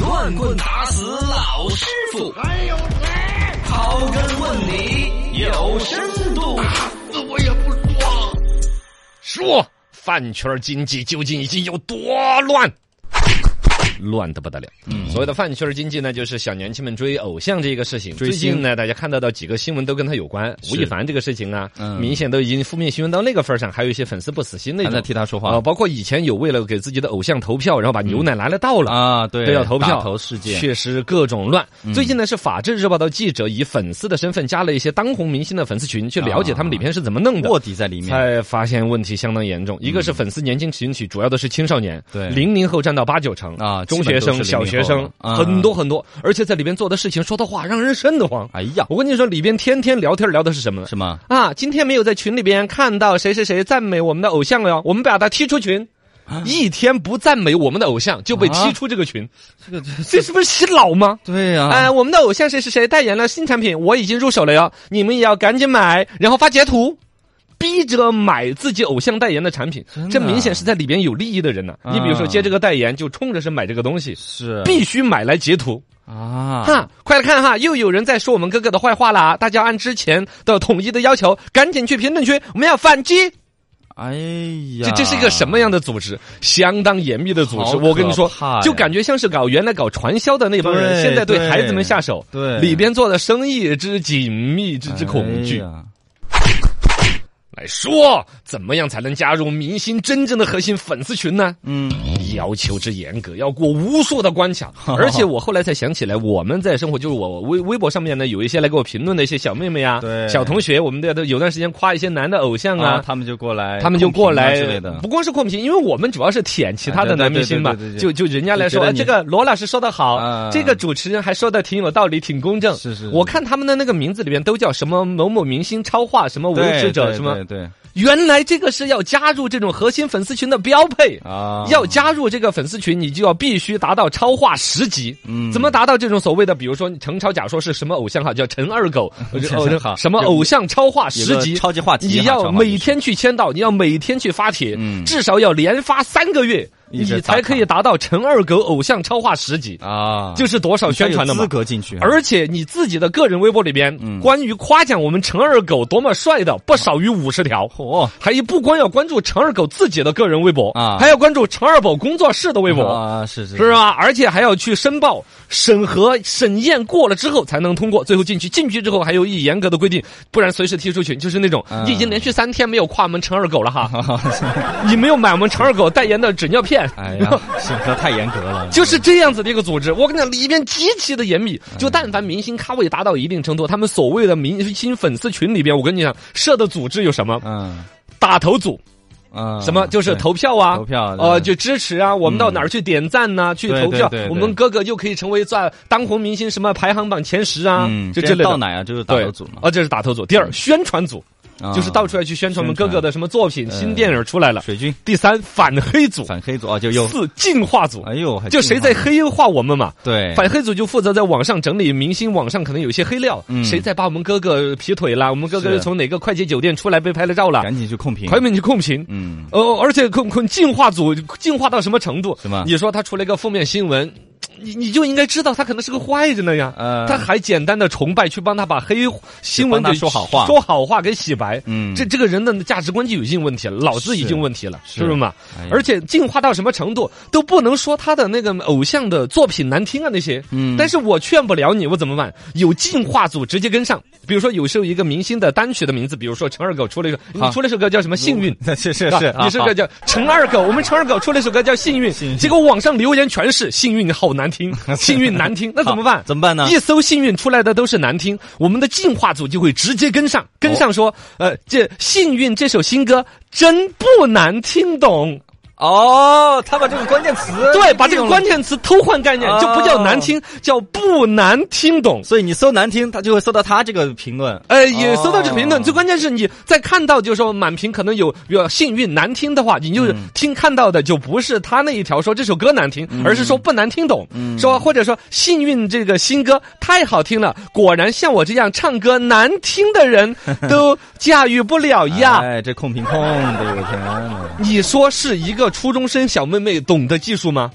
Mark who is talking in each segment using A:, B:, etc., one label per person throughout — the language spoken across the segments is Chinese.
A: 乱棍打死老师傅，还有谁？刨根问底有深度。
B: 那我也不说。
C: 说饭圈经济究竟已经有多乱？乱的不得了。
B: 嗯
C: 所谓的饭圈经济呢，就是小年轻们追偶像这个事情。
B: 追
C: 最
B: 星
C: 近呢，大家看到的几个新闻都跟他有关。吴亦凡这个事情啊，
B: 嗯
C: 明显都已经负面新闻到那个份儿上，还有一些粉丝不死心那
B: 还
C: 种
B: 在。替他说
C: 啊，
B: 话嗯
C: 包括以前有为了给自己的偶像投票，然后把牛奶拿来倒了。
B: 啊？对
C: 都要投票，
B: 打头事件，嗯
C: 确实各种乱。最近呢，是《法制日报》的记者以粉丝的身份加了一些当红明星的粉丝群，去了解他们里边是怎么弄的。
B: 卧底在里面。嗯
C: 才发现问题相当严重，一个是粉丝年轻群体，主要都是青少年，
B: 对
C: 零零后占到八九成
B: 啊
C: 中学
B: 基本
C: 生、
B: 都是00
C: 小
B: 后
C: 学生
B: 啊
C: 很多很多，而且在里边做的事情、说的话让人瘆得慌。
B: 哎呀，
C: 我跟你说，里边天天聊天聊的是什么呢？
B: 是吗？
C: 啊，今天没有在群里边看到谁谁谁赞美我们的偶像了哟，我们把他踢出群。
B: 啊
C: 一天不赞美我们的偶像就被踢出这个群，
B: 这个
C: 这是不是洗脑吗？
B: 对呀、
C: 哎、我们的偶像谁谁谁代言了新产品，我已经入手了哟，你们也要赶紧买，然后发截图。逼着买自己偶像代言的产品
B: 真，的
C: 这明显是在里边有利益的人呢、你比如说
B: 啊
C: 接这个代言，就冲着是买这个东西，
B: 是
C: 必须买来截图。
B: 啊，
C: 哈，快来看哈，又有人在说我们哥哥的坏话啦！大家按之前的统一的要求，赶紧去评论区，我们要反击！
B: 哎
C: 这
B: 呀，
C: 这是一个什么样的组织？相当严密的组织，
B: 好
C: 我跟你说
B: 可怕呀，
C: 就感觉像是搞原来搞传销的那帮人，
B: 对
C: 现在对
B: 对
C: 孩子们下手，
B: 对
C: 里边做的生意之紧密之之恐惧。
B: 哎呀
C: 来说，怎么样才能加入明星真正的核心粉丝群呢？
B: 嗯，
C: 要求之严格，要过无数的关 卡。而且我后来才想起来，我们在生活就是我微微博上面呢，有一些来给我评论的一些小妹妹啊
B: 对，
C: 小同学，我们的都有段时间夸一些男的偶像
B: 啊，
C: 啊。
B: 他们就过来，
C: 他们就过来
B: 控评啊之类的，
C: 不光是控评，因为我们主要是舔其他的
B: 啊对对
C: 男明星嘛
B: 对对对，对
C: 就就人家来说，
B: 就觉得
C: 哎
B: 你
C: 这个罗老师说的好
B: 啊，
C: 这个主持人还说的挺有道理，挺公正。
B: 是是是
C: 我看他们的那个名字里面都叫什么某某明星超话，什么无
B: 对
C: 知者，
B: 对
C: 什么
B: 对对
C: 原来这个是要加入这种核心粉丝群的标配。
B: 啊，
C: 要加入这个粉丝群，你就要必须达到超话十级。
B: 嗯
C: 怎么达到这种所谓的，比如说陈超假说是什么偶像哈，叫陈 二狗，呃
B: 陈二狗
C: 什么偶像超话十
B: 有
C: 级，
B: 个超级话题哈
C: 你
B: 超
C: 要
B: 话
C: 每天去签到，你要每天去发帖，
B: 嗯
C: 至少要连发三个月，
B: 一
C: 你
B: 直打卡
C: 才可以达到陈二狗偶像超话十级，
B: 啊，
C: 就是多少宣传的
B: 你
C: 嘛
B: 才有资。格进去，
C: 而且你自己的个人微博里边，
B: 嗯
C: 关于夸奖我们陈二狗多么帅的，不少于五十条。
B: 哦，
C: 还一不光要关注陈二狗自己的个人微博
B: 啊
C: 还要关注陈二狗工作室的微博，
B: 啊，是是
C: 是？吧？而且还要去申报、审核、审验过了之后才能通过，最后进去。进去之后还有一严格的规定，不然随时踢出群。就是那种、
B: 啊
C: 你已经连续三天没有夸我们陈二狗了 哈，你没有买我们陈二狗代言的纸尿片，
B: 哎呀，审核太严格了，
C: 就是这样子的一个组织，我跟你讲，里面极其的严密。就但凡明星咖位达到一定程度，他们所谓的明星粉丝群里边，我跟你讲，设的组织有什么？
B: 嗯
C: 打头组，
B: 嗯，
C: 什么就是
B: 对
C: 投票啊，
B: 投票
C: 呃，就
B: 对
C: 支持啊，我们到哪儿去点赞呐，去
B: 对
C: 投票
B: 对对，对
C: 我们哥哥又可以成为在当红明星什么排行榜前十啊
B: 嗯，，
C: 就
B: 这
C: 之类
B: 到
C: 的。
B: 哪啊？就是打
C: 对
B: 头组嗯啊嘛，
C: 啊，这是打头组。第二，宣传组哦就是到处要去宣传我们
B: 宣
C: 哥
B: 传
C: 哥的什么作品、
B: 呃
C: 新电影出来了。
B: 水军
C: 第三，反黑组。
B: 反黑组啊，就又
C: 四，净化组。
B: 哎呦，还
C: 就谁在
B: 挺好
C: 黑化我们嘛？
B: 对
C: 反黑组就负责在网上整理明星网上可能有一些黑料，
B: 嗯
C: 谁在把我们哥哥劈腿啦？我们哥哥
B: 是
C: 又从哪个快捷酒店出来被拍了照了？
B: 赶紧去控评，
C: 快点去控评。
B: 嗯，
C: 哦，而且控控进化组进化到什么程度？
B: 是吗
C: 你说他出了一个负面新闻，你你就应该知道他可能是个坏人了呀。
B: 呃
C: 他还简单的崇拜去帮他把黑新闻
B: 帮他
C: 给
B: 说好话
C: 说好话给洗白。
B: 嗯
C: 这这个人的价值观就已经问题了，脑子已经问题了，
B: 是
C: 是不是嘛？
B: 哎呀
C: 而且进化到什么程度都不能说他的那个偶像的作品难听啊那些。
B: 嗯
C: 但是我劝不了你，我怎么办？有进化组直接跟上，比如说有时候一个明星的单曲的名字，比如说陈二狗出了一个，你
B: 好
C: 出了一首歌叫什么《幸运》。
B: 那是是
C: 吧
B: 是，啊
C: 你是个叫陈二狗，我们陈二狗出了一首歌叫《幸运
B: 幸运》，
C: 结果网上留言全是“幸运好难 听，幸运难听”，那怎么办？
B: 怎么办呢
C: 一搜“幸运”出来的都是难听，我们的进化组就会直接跟
B: 哦
C: 上，跟上说，呃，这《幸运》这首新歌真不难听懂，
B: 哦，他把这个关键词
C: 对，把这个关，键词偷换概念，就不叫难
B: 啊
C: 听，叫不难听懂。
B: 所以你搜难听，他就会搜到他这个评论。
C: 呃，也搜到这个评论，
B: 哦
C: 最关键是你在看到就是说满屏可能有有幸运难听的话，你就是听看到的就不是他那一条说这首歌难听，而是说不难听懂，说或者说幸运这个新歌太好听了，果然像我这样唱歌难听的人都驾驭不了呀。
B: 哎哎，这控评控的，我天呐！
C: 你说是一个个初中生小妹妹懂得技术吗？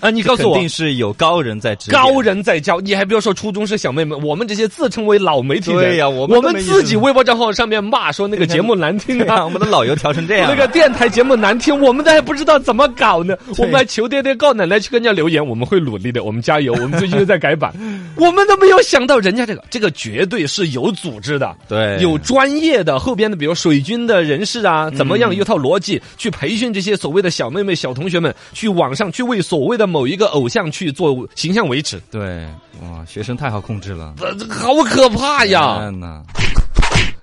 C: 啊，你告诉
B: 肯
C: 我，
B: 定是有高人在指点
C: 高人在教，你还不要说初中生小妹妹，我们这些自称为老媒体人，
B: 对呀
C: 我
B: 我们都没意思
C: 自己微博账号上面骂说那个节目难听
B: 对啊，
C: 啊。
B: 我们的老油条成这样，啊
C: 那个电台节目难听，我们都还不知道怎么搞 呢。我们还求爹爹告奶奶去跟人家留言，我们会努力的，我们加油。我们最近又在改 版，我们都没有想到人家这个，这个绝对是有组织的，
B: 对嗯
C: 有专业的后边的，比如水军的人士啊，怎么样一套逻辑去培训这些所谓的小妹妹、小同学们，去网上去为所谓的某一个偶像去做形象维持，
B: 对，哇，学生太好控制了，
C: 呃这个好可怕呀！
B: 天呐，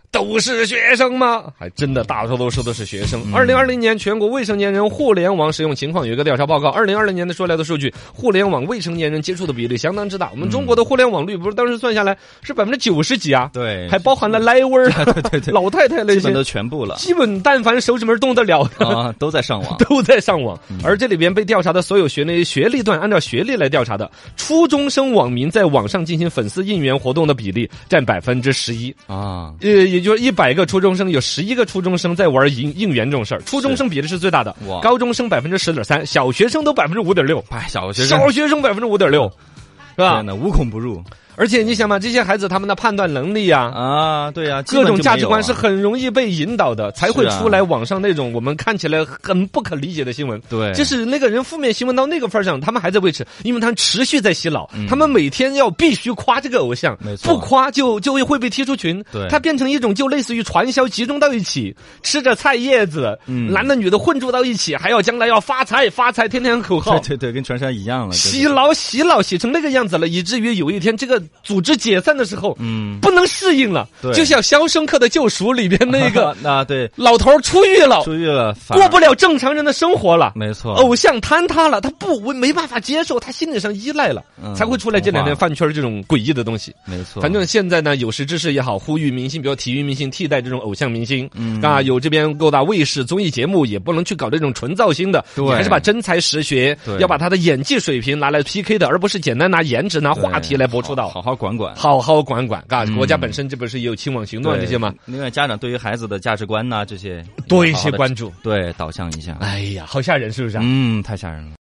C: 都是学生吗？嗯还真的，大多数都是学生。二零二零年全国未成年人互联网使用情况有一个调查报告，二零二零年的出来的数据，互联网未成年人接触的比例相当之大。我们中国的互联网率不是当时算下来是百分之九十几啊？
B: 对，
C: 还包含了赖窝儿、
B: 对对对，
C: 老太太那
B: 基本
C: 些
B: 都，全部了
C: 基本但凡手指门动得了的。
B: 啊，都在 上网，
C: 都在上网，而这里边被调查的所有学历学历段，按照学历来调查的，初中生网民在网上进行粉丝应援活动的比例占百分之十一，
B: 啊，
C: 呃，也就是一百个初中生，有十一个初中生在玩应应援这种事儿。初中生比例是最大的
B: 哇，
C: 高中生百分之十点三，小学生都百分之五点六，
B: 哎，小学生
C: 小学生百分之五点六，是吧
B: 天？呐，无孔不入
C: 而且你想嘛，这些孩子他们的判断能力呀、
B: 啊，对呀、
C: 各种价值观
B: 基
C: 是
B: 本
C: 很容易被引导的，才会
B: 是啊
C: 出来网上那种我们看起来很不可理解的新闻。
B: 就没有啊对，
C: 就是那个人负面新闻到那个份儿上，他们还在维持，因为他们持续在洗脑，他们每天要必须夸这个偶像
B: 嗯没，错
C: 不夸就就会会被踢出群。
B: 对
C: 他变成一种就类似于传销集中到一起，吃着菜叶子，
B: 嗯
C: 男的女的混住到一起，还要将来要发财发财，天天喊口号
B: 对。对对，跟传销一样了，就是
C: 洗脑洗脑洗成那个样子了，以至于有一天这个组织解散的时候，
B: 嗯，
C: 不能适应了，
B: 对
C: 就像《肖申克的救赎》里边那 个
B: 啊，对，
C: 老头儿出狱了，
B: 出狱了，反
C: 过不哦了正常人的生活了。
B: 没错，
C: 偶像坍塌了，他不我没办法接受，他心理上依赖了，
B: 嗯
C: 才会出来这两
B: 同
C: 天
B: 化
C: 饭圈这种诡异的东西。
B: 没错，
C: 反正现在呢，有识之士也好，呼吁明星，比如体育明星替代这种偶像明星，
B: 嗯
C: 啊，有这边各大卫视综艺节目也不能去搞这种纯造星的，
B: 对
C: 你还是把真才实学
B: 对，
C: 要把他的演技水平拿来 PK 的，而不是简单拿颜值拿
B: 对
C: 话题来博出道。
B: 好好管管。
C: 好好管管，啊，
B: 嗯
C: 国家本身这不是也有清网行动啊
B: 对
C: 这些吗？？
B: 另外，家长对于孩子的价值观呐、这些
C: 多一
B: 好好
C: 些
B: 地
C: 关注。
B: 对导向一下。
C: 哎哎呀，好吓人，是不是啊？
B: 嗯，太吓人了。